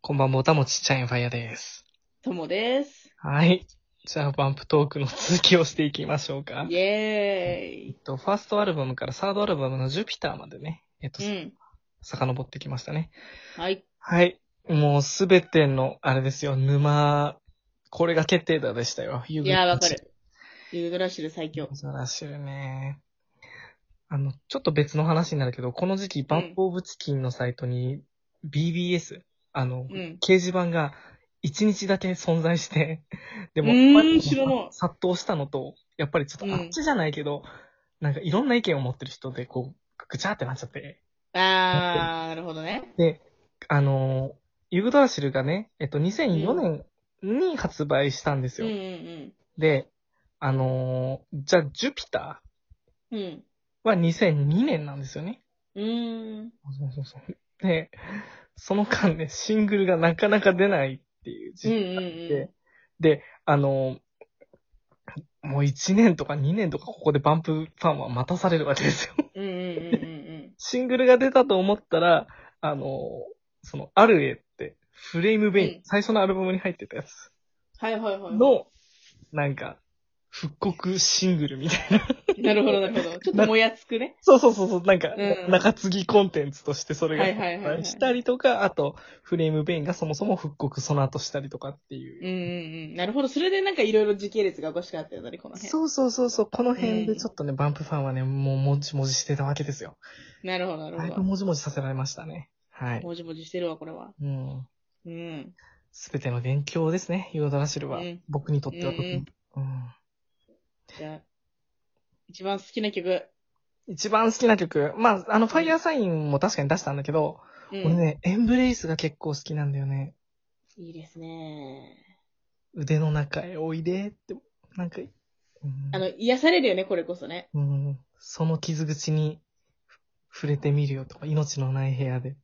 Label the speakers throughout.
Speaker 1: こんばんもたもちっちゃいファイヤーです。
Speaker 2: ともです。
Speaker 1: はい。じゃあ、バンプトークの続きをしていきましょうか。
Speaker 2: イ
Speaker 1: えっ
Speaker 2: エ
Speaker 1: と、ファーストアルバムからサードアルバムのジュピターまでね、えっと、
Speaker 2: ーイ。うん。
Speaker 1: 遡ってきましたね。
Speaker 2: はい。
Speaker 1: はい。もうすべての、あれですよ、沼、これが決定打でしたよ。い
Speaker 2: いやー、わか。る。ユードラッシュル最強。
Speaker 1: そうらしいね。あの、ちょっと別の話になるけど、この時期、バンプオブチキンのサイトに BBS、あの、
Speaker 2: うん。
Speaker 1: 掲示板が一日だけ存在して、 でも、
Speaker 2: うーん
Speaker 1: やっぱり
Speaker 2: 知らない
Speaker 1: 殺到したのと、やっぱりちょっとあっちじゃないけど、なんかいろんな意見を持ってる人で、こう、ぐちゃってなっちゃって。
Speaker 2: あー、なるほどね。
Speaker 1: で、あのー、ユグドラシルがね、えっと、2004年に発売したんです
Speaker 2: うん
Speaker 1: よ。
Speaker 2: うんうん。
Speaker 1: で、あのー、じゃあ、ジュピタ
Speaker 2: うん。
Speaker 1: ーは2002年なんですよね。
Speaker 2: うーん。
Speaker 1: そうそうそう。で、その間ね、シングルがなかなか出ないっていう
Speaker 2: う
Speaker 1: 時
Speaker 2: んう
Speaker 1: 期
Speaker 2: んう
Speaker 1: で、あの、もう1年とか2年とかここでバンプファンは待たされるわけ ですよ。
Speaker 2: ん。うんうんうんうん
Speaker 1: シングルが出たと思ったら、あの、その、アルエって、フレームベイン、
Speaker 2: うん
Speaker 1: 最初のアルバムに入ってたやつ
Speaker 2: はいはいはい。
Speaker 1: の、なんか、復刻シングルみた いな。
Speaker 2: なるほどなるほど。ちょっともやつ くね。
Speaker 1: そうそうそうそう、なんか、
Speaker 2: うん
Speaker 1: 中継ぎコンテンツとしてそれが
Speaker 2: はいはいはいはい
Speaker 1: 発売したりとか、あと、フレームベインがそもそも復刻その後したりとかっていう
Speaker 2: うんうんうん。なるほど。それでなんかいろいろ時系列がおかしくなったよね、この辺。
Speaker 1: そうそうそうそう、この辺
Speaker 2: う
Speaker 1: で
Speaker 2: ん
Speaker 1: ちょっとね、バンプファンはね、もうもじもじしてたわけですよ。
Speaker 2: なるほ
Speaker 1: だい
Speaker 2: どなる
Speaker 1: ぶ
Speaker 2: ほど。
Speaker 1: もじもじさせられましたね。はい。
Speaker 2: もじもじしてるわ、これは。
Speaker 1: うん。
Speaker 2: うん。
Speaker 1: すべての勉強ですね、ユードラシルは。
Speaker 2: うん
Speaker 1: 僕にとっては特に、うん
Speaker 2: じゃあ、一番好きな曲。
Speaker 1: 一番好きな曲、まあ、あの、ファイヤーサインも確かに出したんだけど、
Speaker 2: う
Speaker 1: 俺
Speaker 2: ん。
Speaker 1: ね、エンブレイスが結構好きなんだよね。
Speaker 2: いいですね。
Speaker 1: 腕の中へおいでって、なんか、うん
Speaker 2: あの、癒されるよね、これこそね。
Speaker 1: うん、その傷口に触れてみるよとか、命のない部屋で。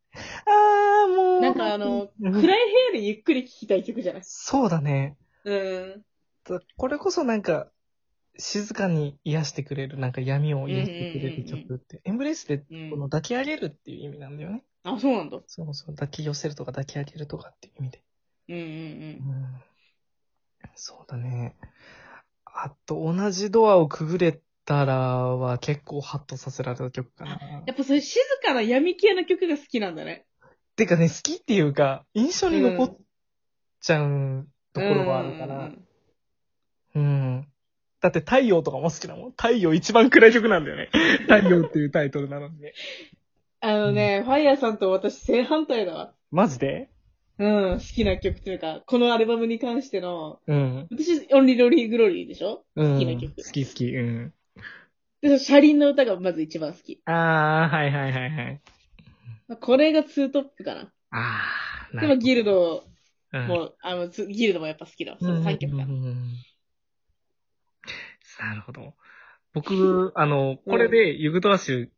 Speaker 1: ああ、もう。
Speaker 2: なんかあの、
Speaker 1: うん
Speaker 2: 暗い部屋でゆっくり聴きたい曲じゃない
Speaker 1: そうだね。
Speaker 2: うん。
Speaker 1: だこれこそなんか、静かに癒してくれる、なんか闇を癒してくれる曲って。エンブレイスって、
Speaker 2: うん
Speaker 1: この抱き上げるっていう意味なんだよね。
Speaker 2: あ、そうなんだ。
Speaker 1: そうそう、抱き寄せるとか抱き上げるとかっていう意味で。
Speaker 2: うんうん
Speaker 1: うん、そうだね。あと、同じドアをくぐれたらは結構ハッとさせられた曲かな。
Speaker 2: やっぱそういう静かな闇系の曲が好きなんだね。
Speaker 1: てかね、好きっていうか、印象に残っちゃうところはあるか
Speaker 2: うんうんう
Speaker 1: ら。
Speaker 2: ん
Speaker 1: うん。だって太陽とかも好きだもん。太陽一番暗い曲なんだ よね。太陽っていうタイトルなのにね。
Speaker 2: あのね、ファイヤーさんと私正反対だわ。
Speaker 1: マジで
Speaker 2: うん、好きな曲というか、このアルバムに関しての、
Speaker 1: うん。
Speaker 2: 私、オンリーロリーグロリーでしょ
Speaker 1: うん
Speaker 2: 好きな曲
Speaker 1: 好き好き、うん。
Speaker 2: で、その車輪の歌がまず一番好き。
Speaker 1: あー、はいはいはいはい。
Speaker 2: まあこれがツートップかな。
Speaker 1: あー、
Speaker 2: でもギルド
Speaker 1: うん
Speaker 2: も、あの、つギルドもやっぱ好きだわ。その3曲か
Speaker 1: うん。うんうんうんなるほど。僕、あの、これで、ユグドラシュっ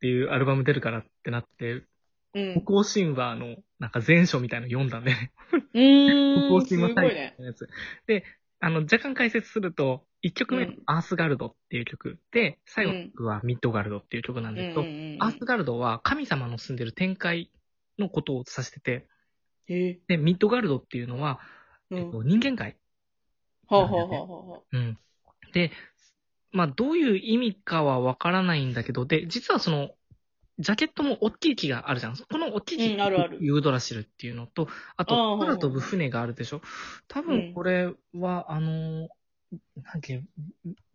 Speaker 1: ていうアルバム出るからってなって、
Speaker 2: うん。
Speaker 1: 北欧神話の、なんか全書みたいなの読んだんだよね。
Speaker 2: うー
Speaker 1: 北欧
Speaker 2: ん、す
Speaker 1: 神
Speaker 2: ご
Speaker 1: 話
Speaker 2: い
Speaker 1: 大会
Speaker 2: ね。
Speaker 1: のやつ。で、あの、若干解説すると、1曲目、
Speaker 2: うん
Speaker 1: アースガルドっていう曲で、最後
Speaker 2: う
Speaker 1: の
Speaker 2: ん
Speaker 1: 曲はミッドガルドっていう曲な
Speaker 2: うんん
Speaker 1: だ
Speaker 2: う
Speaker 1: け
Speaker 2: ん
Speaker 1: ど、
Speaker 2: うん。
Speaker 1: アースガルドは神様の住んでる天界のことを指してて、
Speaker 2: へえ。
Speaker 1: で、ミッドガルドっていうのは、
Speaker 2: う
Speaker 1: え
Speaker 2: ん
Speaker 1: っ。と、人間界。
Speaker 2: ほうほうほうほうほう。
Speaker 1: うん。で、まあ、どういう意味かはわからないんだけど、で、実はその、ジャケットも大きい木があるじゃん。この大きい木、
Speaker 2: うんあるある
Speaker 1: ユードラシルっていうのと、あ
Speaker 2: あ
Speaker 1: と、
Speaker 2: あ
Speaker 1: 空飛ぶ船があるでしょ。多分これは、あの、なんていう、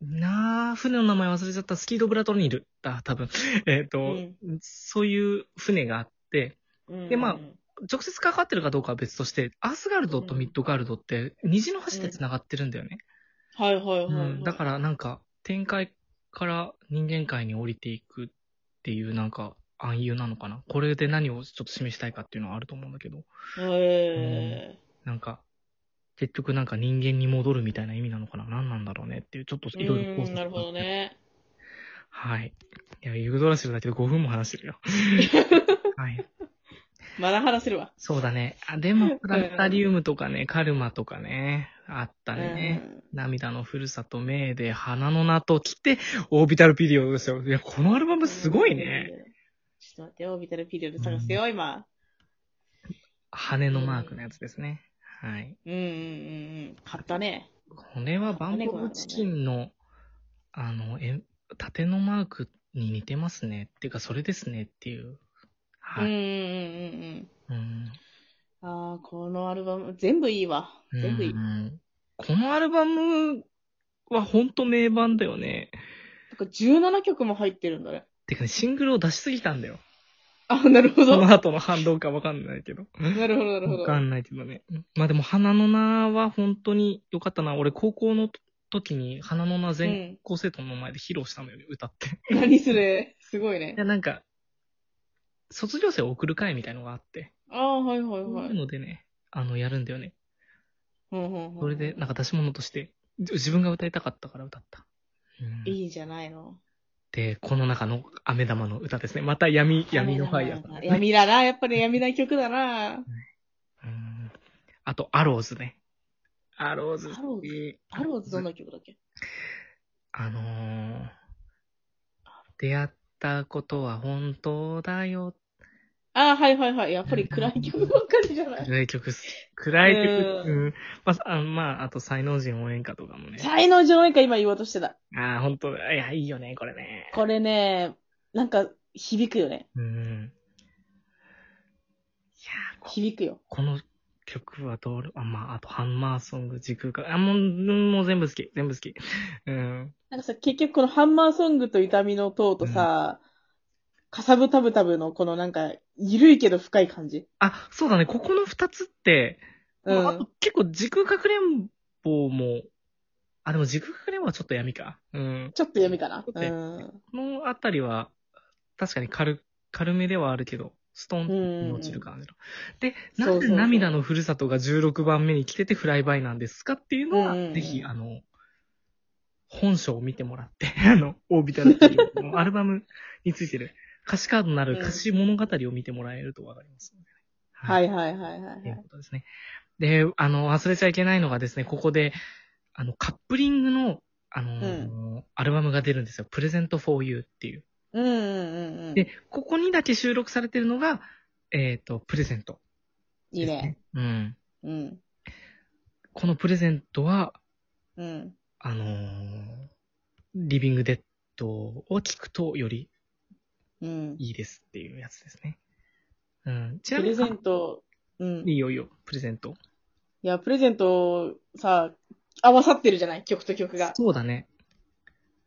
Speaker 1: なあ、船の名前忘れちゃった。スキードブラトニルだ、多分。 えっ、と、
Speaker 2: うん
Speaker 1: そういう船があって、でまあ
Speaker 2: うん
Speaker 1: 直接関わってるかどうかは別として、アースガルドとミッドガルドって虹の橋で繋がってるんだよね。
Speaker 2: はいはいはい、
Speaker 1: う
Speaker 2: はい
Speaker 1: ん、だからなんか、天界から人間界に降りていくっていうなんか暗喩なのかな。これで何をちょっと示したいかっていうのはあると思うんだけど、
Speaker 2: へ
Speaker 1: なんか、結局なんか人間に戻るみたいな意味なのかな。何なんだろうねっていう、ちょっと
Speaker 2: ー
Speaker 1: いろいろ考
Speaker 2: う
Speaker 1: 察
Speaker 2: んなるほど。ね。
Speaker 1: はい。いや、ユグドラシルだけど5分も話してる よ。はい。
Speaker 2: まだ話せるわ。
Speaker 1: そうだね。あ、でも、プラネタリウムとかね、カルマとかね、あったね。涙のふるさと、名で、花の名と来て、オービタルピリオドですよ。いや、このアルバ
Speaker 2: う
Speaker 1: ム
Speaker 2: ん
Speaker 1: すごいね。。
Speaker 2: ちょっと待ってよ、ビタルピリオド探すよ、今。
Speaker 1: 羽のマークのやつですね。はい。
Speaker 2: うんうんうんうん。買ったね。
Speaker 1: これはバンコクチキンの、あの、え、縦のマークに似てますね。っていうか、それですねっていう。
Speaker 2: うんうん
Speaker 1: はい。
Speaker 2: うんうんうん。
Speaker 1: うん。
Speaker 2: ああ、このアルバム、全部いいわ。全部いい。
Speaker 1: う
Speaker 2: なん
Speaker 1: んこのアルバムはほんと名盤だよね。
Speaker 2: か17曲も入ってるんだね。
Speaker 1: てかね、シングルを出しすぎたんだよ。
Speaker 2: あ、なるほ
Speaker 1: そ
Speaker 2: ど。
Speaker 1: の後の反動かわかんないけど。
Speaker 2: なるほど、なるほ
Speaker 1: わ
Speaker 2: ど。
Speaker 1: かんないけどね。まあでも、花の名は本当に良かったな。俺、高校の時に花の名全校生徒の前で披露したのよね、歌って。
Speaker 2: 何それすごい
Speaker 1: い
Speaker 2: ね。
Speaker 1: や、なんか、卒業生を送る会みたいのがあって。
Speaker 2: ああ、はいはい
Speaker 1: そう。
Speaker 2: はいいう
Speaker 1: のでね、あの、やるんだよね。
Speaker 2: うんうんうん
Speaker 1: それで、なんか出し物として、じ自分が歌いたかったから歌った。うん
Speaker 2: いいじゃないの。
Speaker 1: で、この中の飴玉の歌ですね。また闇、闇のファイヤーさんですね、
Speaker 2: 闇だな、やっぱり闇な曲だ
Speaker 1: う
Speaker 2: な。
Speaker 1: んあと、アローズね。アローズ。
Speaker 2: アロー
Speaker 1: ズ
Speaker 2: アローズどんな曲だっけ
Speaker 1: あのー、出会ったことは本当だよ。
Speaker 2: ああ、はいはいはい。やっぱり暗い曲ばっかりじゃない。
Speaker 1: 暗い曲っす、暗い曲。
Speaker 2: う
Speaker 1: うん。まあ、あまあ、あと、才能人応援歌とかもね。
Speaker 2: 才能上演歌今言おうとしてた。
Speaker 1: ああ、本当だ。いや、いいよね、これね。
Speaker 2: これね、なんか響くよね。
Speaker 1: うん。いやーこ、
Speaker 2: 響くよ。
Speaker 1: この曲はどれ、あ、まあ、あと、ハンマーソング、時空か。あ、もう、うんもう全部好き、全部好き。うん。
Speaker 2: なんかさ、結局このハンマーソングと痛みの塔とさ、かさぶたぶたぶのこのなんか、ゆるいけど深い感じ。
Speaker 1: あ、そうだね、ここの二つって、
Speaker 2: う
Speaker 1: まああと
Speaker 2: ん。
Speaker 1: 結構時空かくれんぼも、あ、でも時空かくれんぼはちょっと闇か。うん。
Speaker 2: ちょっと闇かな。
Speaker 1: ちょっと
Speaker 2: う
Speaker 1: 闇
Speaker 2: ん。
Speaker 1: このあたりは、確かに軽、軽めではあるけど、ストーンに落ちる感じの。で、
Speaker 2: そ
Speaker 1: な
Speaker 2: うそ
Speaker 1: ん
Speaker 2: う
Speaker 1: で
Speaker 2: そう
Speaker 1: 涙のふるさとが16番目に来ててフライバイなんですかっていうのは、
Speaker 2: うんうんうん
Speaker 1: ぜひ、あの、本書を見てもらって、 あの、オービタルっていうのアルバムについてる歌詞カードなる歌詞物語を見てもらえるとわかりますので、はい
Speaker 2: はいはいはいは
Speaker 1: という
Speaker 2: い。
Speaker 1: ことですね。で、あの、忘れちゃいけないのがですね、ここで、あの、カップリングの、あのーアルバムが出るんですよ。プレゼントフォーユーっていう。
Speaker 2: うんうんうんうん。
Speaker 1: で、ここにだけ収録されてるのが、えっ、と、プレゼント、
Speaker 2: いいね。。
Speaker 1: うん。
Speaker 2: うん。
Speaker 1: このプレゼントは、
Speaker 2: うん。
Speaker 1: あのーリビングデッドを聞くとより
Speaker 2: うん。
Speaker 1: いいですっていうやつですね。うん。ちな
Speaker 2: プ
Speaker 1: み
Speaker 2: レ
Speaker 1: に、
Speaker 2: ゼント、うん。
Speaker 1: いいよいいよ、プレゼント。
Speaker 2: いや、プレゼント、さ、合わさってるじゃない曲と曲が。
Speaker 1: そうだね。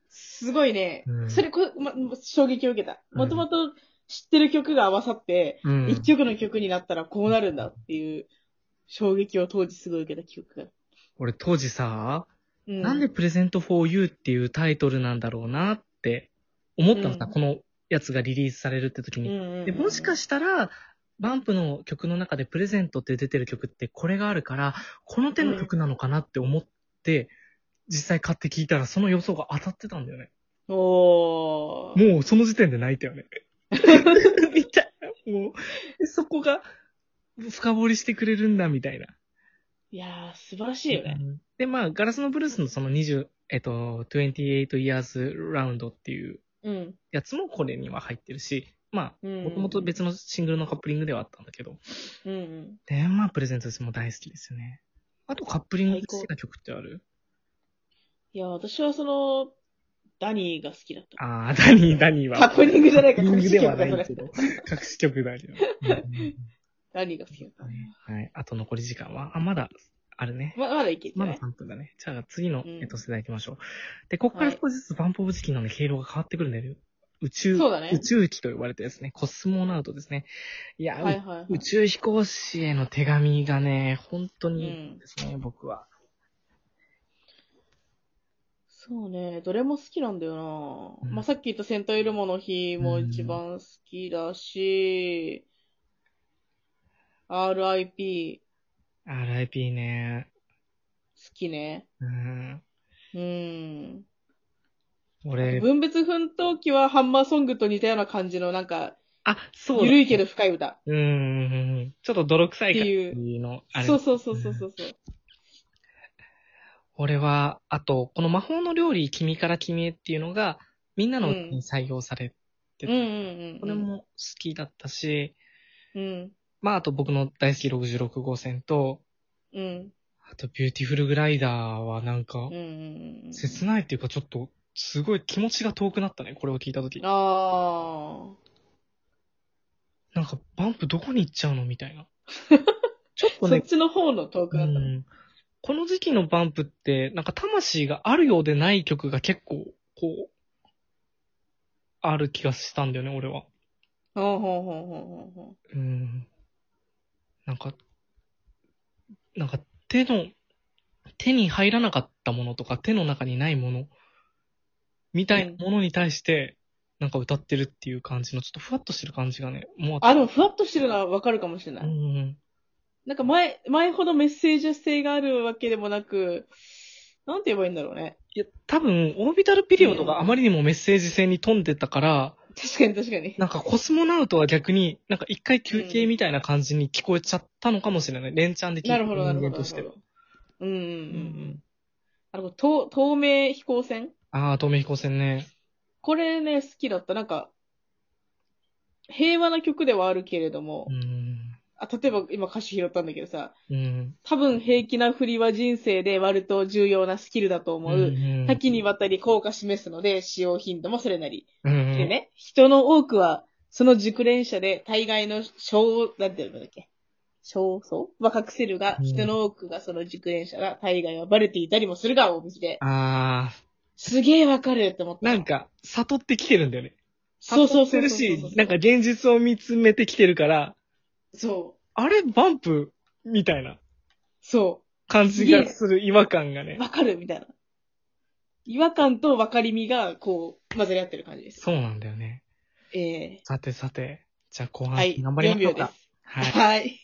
Speaker 2: すごいね。
Speaker 1: うん
Speaker 2: それこ、ま、衝撃を受けた。
Speaker 1: うん
Speaker 2: もともと知ってる曲が合わさって、
Speaker 1: うん。
Speaker 2: 一曲の曲になったらこうなるんだっていう衝撃を当時すごい受けた記憶が。
Speaker 1: 俺当時さ、
Speaker 2: うん、
Speaker 1: なんでプレゼント for you っていうタイトルなんだろうなって思ったのさ、
Speaker 2: うん
Speaker 1: このやつがリリースされるって時
Speaker 2: うん
Speaker 1: に。
Speaker 2: うんうん
Speaker 1: でもしかしたら、バンプの曲の中でプレゼントって出てる曲ってこれがあるから、この手の曲なのかなって思って、実際買って聞いたらその予想が当たってたんだよね。
Speaker 2: おー。
Speaker 1: もうその時点で泣いたよ ね。みたいな。もう、そこが深掘りしてくれるんだみたいな。
Speaker 2: いやー、素晴らしいよね。
Speaker 1: うんで、まあ、ガラスのブルースのその20、えっと、28 years round っていう
Speaker 2: うん。
Speaker 1: やつもこれには入ってるし、まあ、
Speaker 2: うん
Speaker 1: もともと別のシングルのカップリングではあったんだけど。
Speaker 2: うんうん。
Speaker 1: で、まあ、プレゼントです。もう大好きですよね。あと、カップリングで好きな曲ってある
Speaker 2: いや、私はその、ダニーが好きだった。
Speaker 1: ああ、ダニー、ダニーは。
Speaker 2: カップリングじゃないか、
Speaker 1: カップ
Speaker 2: 隠
Speaker 1: リング
Speaker 2: し
Speaker 1: で
Speaker 2: 曲
Speaker 1: は
Speaker 2: だ、そ
Speaker 1: ない
Speaker 2: れ
Speaker 1: け。ど。隠し曲だけど。うん
Speaker 2: ダニーが好きだった。
Speaker 1: はい。あと残り時間は、あ、まだ、あるね。
Speaker 2: ま、まだいけて
Speaker 1: ま
Speaker 2: な
Speaker 1: だ
Speaker 2: い。
Speaker 1: 3分だね。じゃあ次の、
Speaker 2: うん
Speaker 1: えっと、世代行きましょう。で、ここから
Speaker 2: はい
Speaker 1: 少しずつバンプオブチキンのね、経路が変わってくるんだよね。宇宙、
Speaker 2: そうだね
Speaker 1: 宇宙機と呼ばれてですね、コスモナウトですね。いや、
Speaker 2: はいはい、は
Speaker 1: 宇
Speaker 2: い。
Speaker 1: 宙飛行士への手紙がね、本当
Speaker 2: う
Speaker 1: に
Speaker 2: ん。
Speaker 1: ですね、僕は。
Speaker 2: そうね、どれも好きなんだよな、
Speaker 1: うん
Speaker 2: まあ、さっき言った戦隊イルマの日も一番好きだし、RIP
Speaker 1: RIP ね。
Speaker 2: 好きね。
Speaker 1: うん。
Speaker 2: うん。
Speaker 1: 俺、
Speaker 2: 分別奮闘記はハンマーソングと似たような感じのなんか、
Speaker 1: あ、そう
Speaker 2: ゆ
Speaker 1: だ。
Speaker 2: るいけど深い歌。
Speaker 1: うんうんうん。ちょっと泥臭い感じの、あれ
Speaker 2: そうそうそうそうそう。そう
Speaker 1: 俺は、あと、この魔法の料理、君から君へっていうのが、みんなのうちに採用されて
Speaker 2: うんうんうん。
Speaker 1: これも好きだったし、
Speaker 2: うん。
Speaker 1: まあ、あと僕の大好き66号線と、
Speaker 2: うん。
Speaker 1: あとビューティフルグライダーはなんか
Speaker 2: うんう、んうん。
Speaker 1: 切ないっていうかちょっと、すごい気持ちが遠くなったね、これを聞いたとき。
Speaker 2: あ
Speaker 1: なんか、バンプどこに行っちゃうのみた いな。ちょっ
Speaker 2: あ。
Speaker 1: と
Speaker 2: そっ
Speaker 1: ね、
Speaker 2: ちの方の遠くだった
Speaker 1: う
Speaker 2: の。
Speaker 1: んこの時期のバンプって、なんか魂があるようでない曲が結構、こう、ある気がしたんだよね、俺は。
Speaker 2: ほうほうほうほうほうほ
Speaker 1: うん。なんか、なんか手の、手に入らなかったものとか手の中にないもの、みたいなものに対して、なんか歌ってるっていう感じの、ちょっとふわっとしてる感じがね、もう
Speaker 2: う。あ、でもふわっとしてるのはわかるかもしれ
Speaker 1: う
Speaker 2: ない。
Speaker 1: ん。
Speaker 2: なんか前、前ほどメッセージ性があるわけでもなく、なんて言えばいいんだろうね。
Speaker 1: いや、多分、オービタルピリオドがあまりにもメッセージ性に富んでたから、
Speaker 2: 確かに確かに。
Speaker 1: なんかコスモナウトは逆に、なんか一回休憩みたいな感じに聞こえちゃったのかもしれない。連チャンで聞い
Speaker 2: な
Speaker 1: て
Speaker 2: るほど、なるほ
Speaker 1: 人間
Speaker 2: ど。
Speaker 1: としては。
Speaker 2: うんうんう。。
Speaker 1: うん
Speaker 2: あの、透透明飛行船
Speaker 1: ああ、透明飛行船ね。
Speaker 2: これね、好きだった。なんか、平和な曲ではあるけれども、
Speaker 1: うん。
Speaker 2: あ例えば今歌詞拾ったんだけどさ、
Speaker 1: うん。
Speaker 2: 多分平気な振りは人生で割と重要なスキルだと思う。
Speaker 1: ん
Speaker 2: 多岐にわたり効果示すので使用頻度もそれなり。
Speaker 1: うんうん
Speaker 2: でね、人の多くは、その熟練者で、大概の少、なんていうんだっけ、少層は隠せるが、
Speaker 1: うん
Speaker 2: 人の多くがその熟練者が、大概はバレていたりもするが、大道で。
Speaker 1: ああ、
Speaker 2: すげえわかるって思った。
Speaker 1: なんか、悟ってきてるんだよね。
Speaker 2: そうそう
Speaker 1: 悟
Speaker 2: そ
Speaker 1: っ
Speaker 2: う
Speaker 1: て
Speaker 2: そう
Speaker 1: る
Speaker 2: そうそう。
Speaker 1: し、なんか現実を見つめてきてるから、
Speaker 2: そう。
Speaker 1: あれ、バンプみたいな
Speaker 2: そ
Speaker 1: 感じがする違和感が
Speaker 2: う。
Speaker 1: ね。
Speaker 2: わかるみたいな。違和感とわかりみが、こう、混ざり合ってる感じです。
Speaker 1: そうなんだよね。
Speaker 2: ええ
Speaker 1: さてさて、じゃあ後
Speaker 2: は
Speaker 1: 半
Speaker 2: い。
Speaker 1: 頑張りましょう
Speaker 2: 4秒
Speaker 1: か
Speaker 2: で。す
Speaker 1: はい。
Speaker 2: はい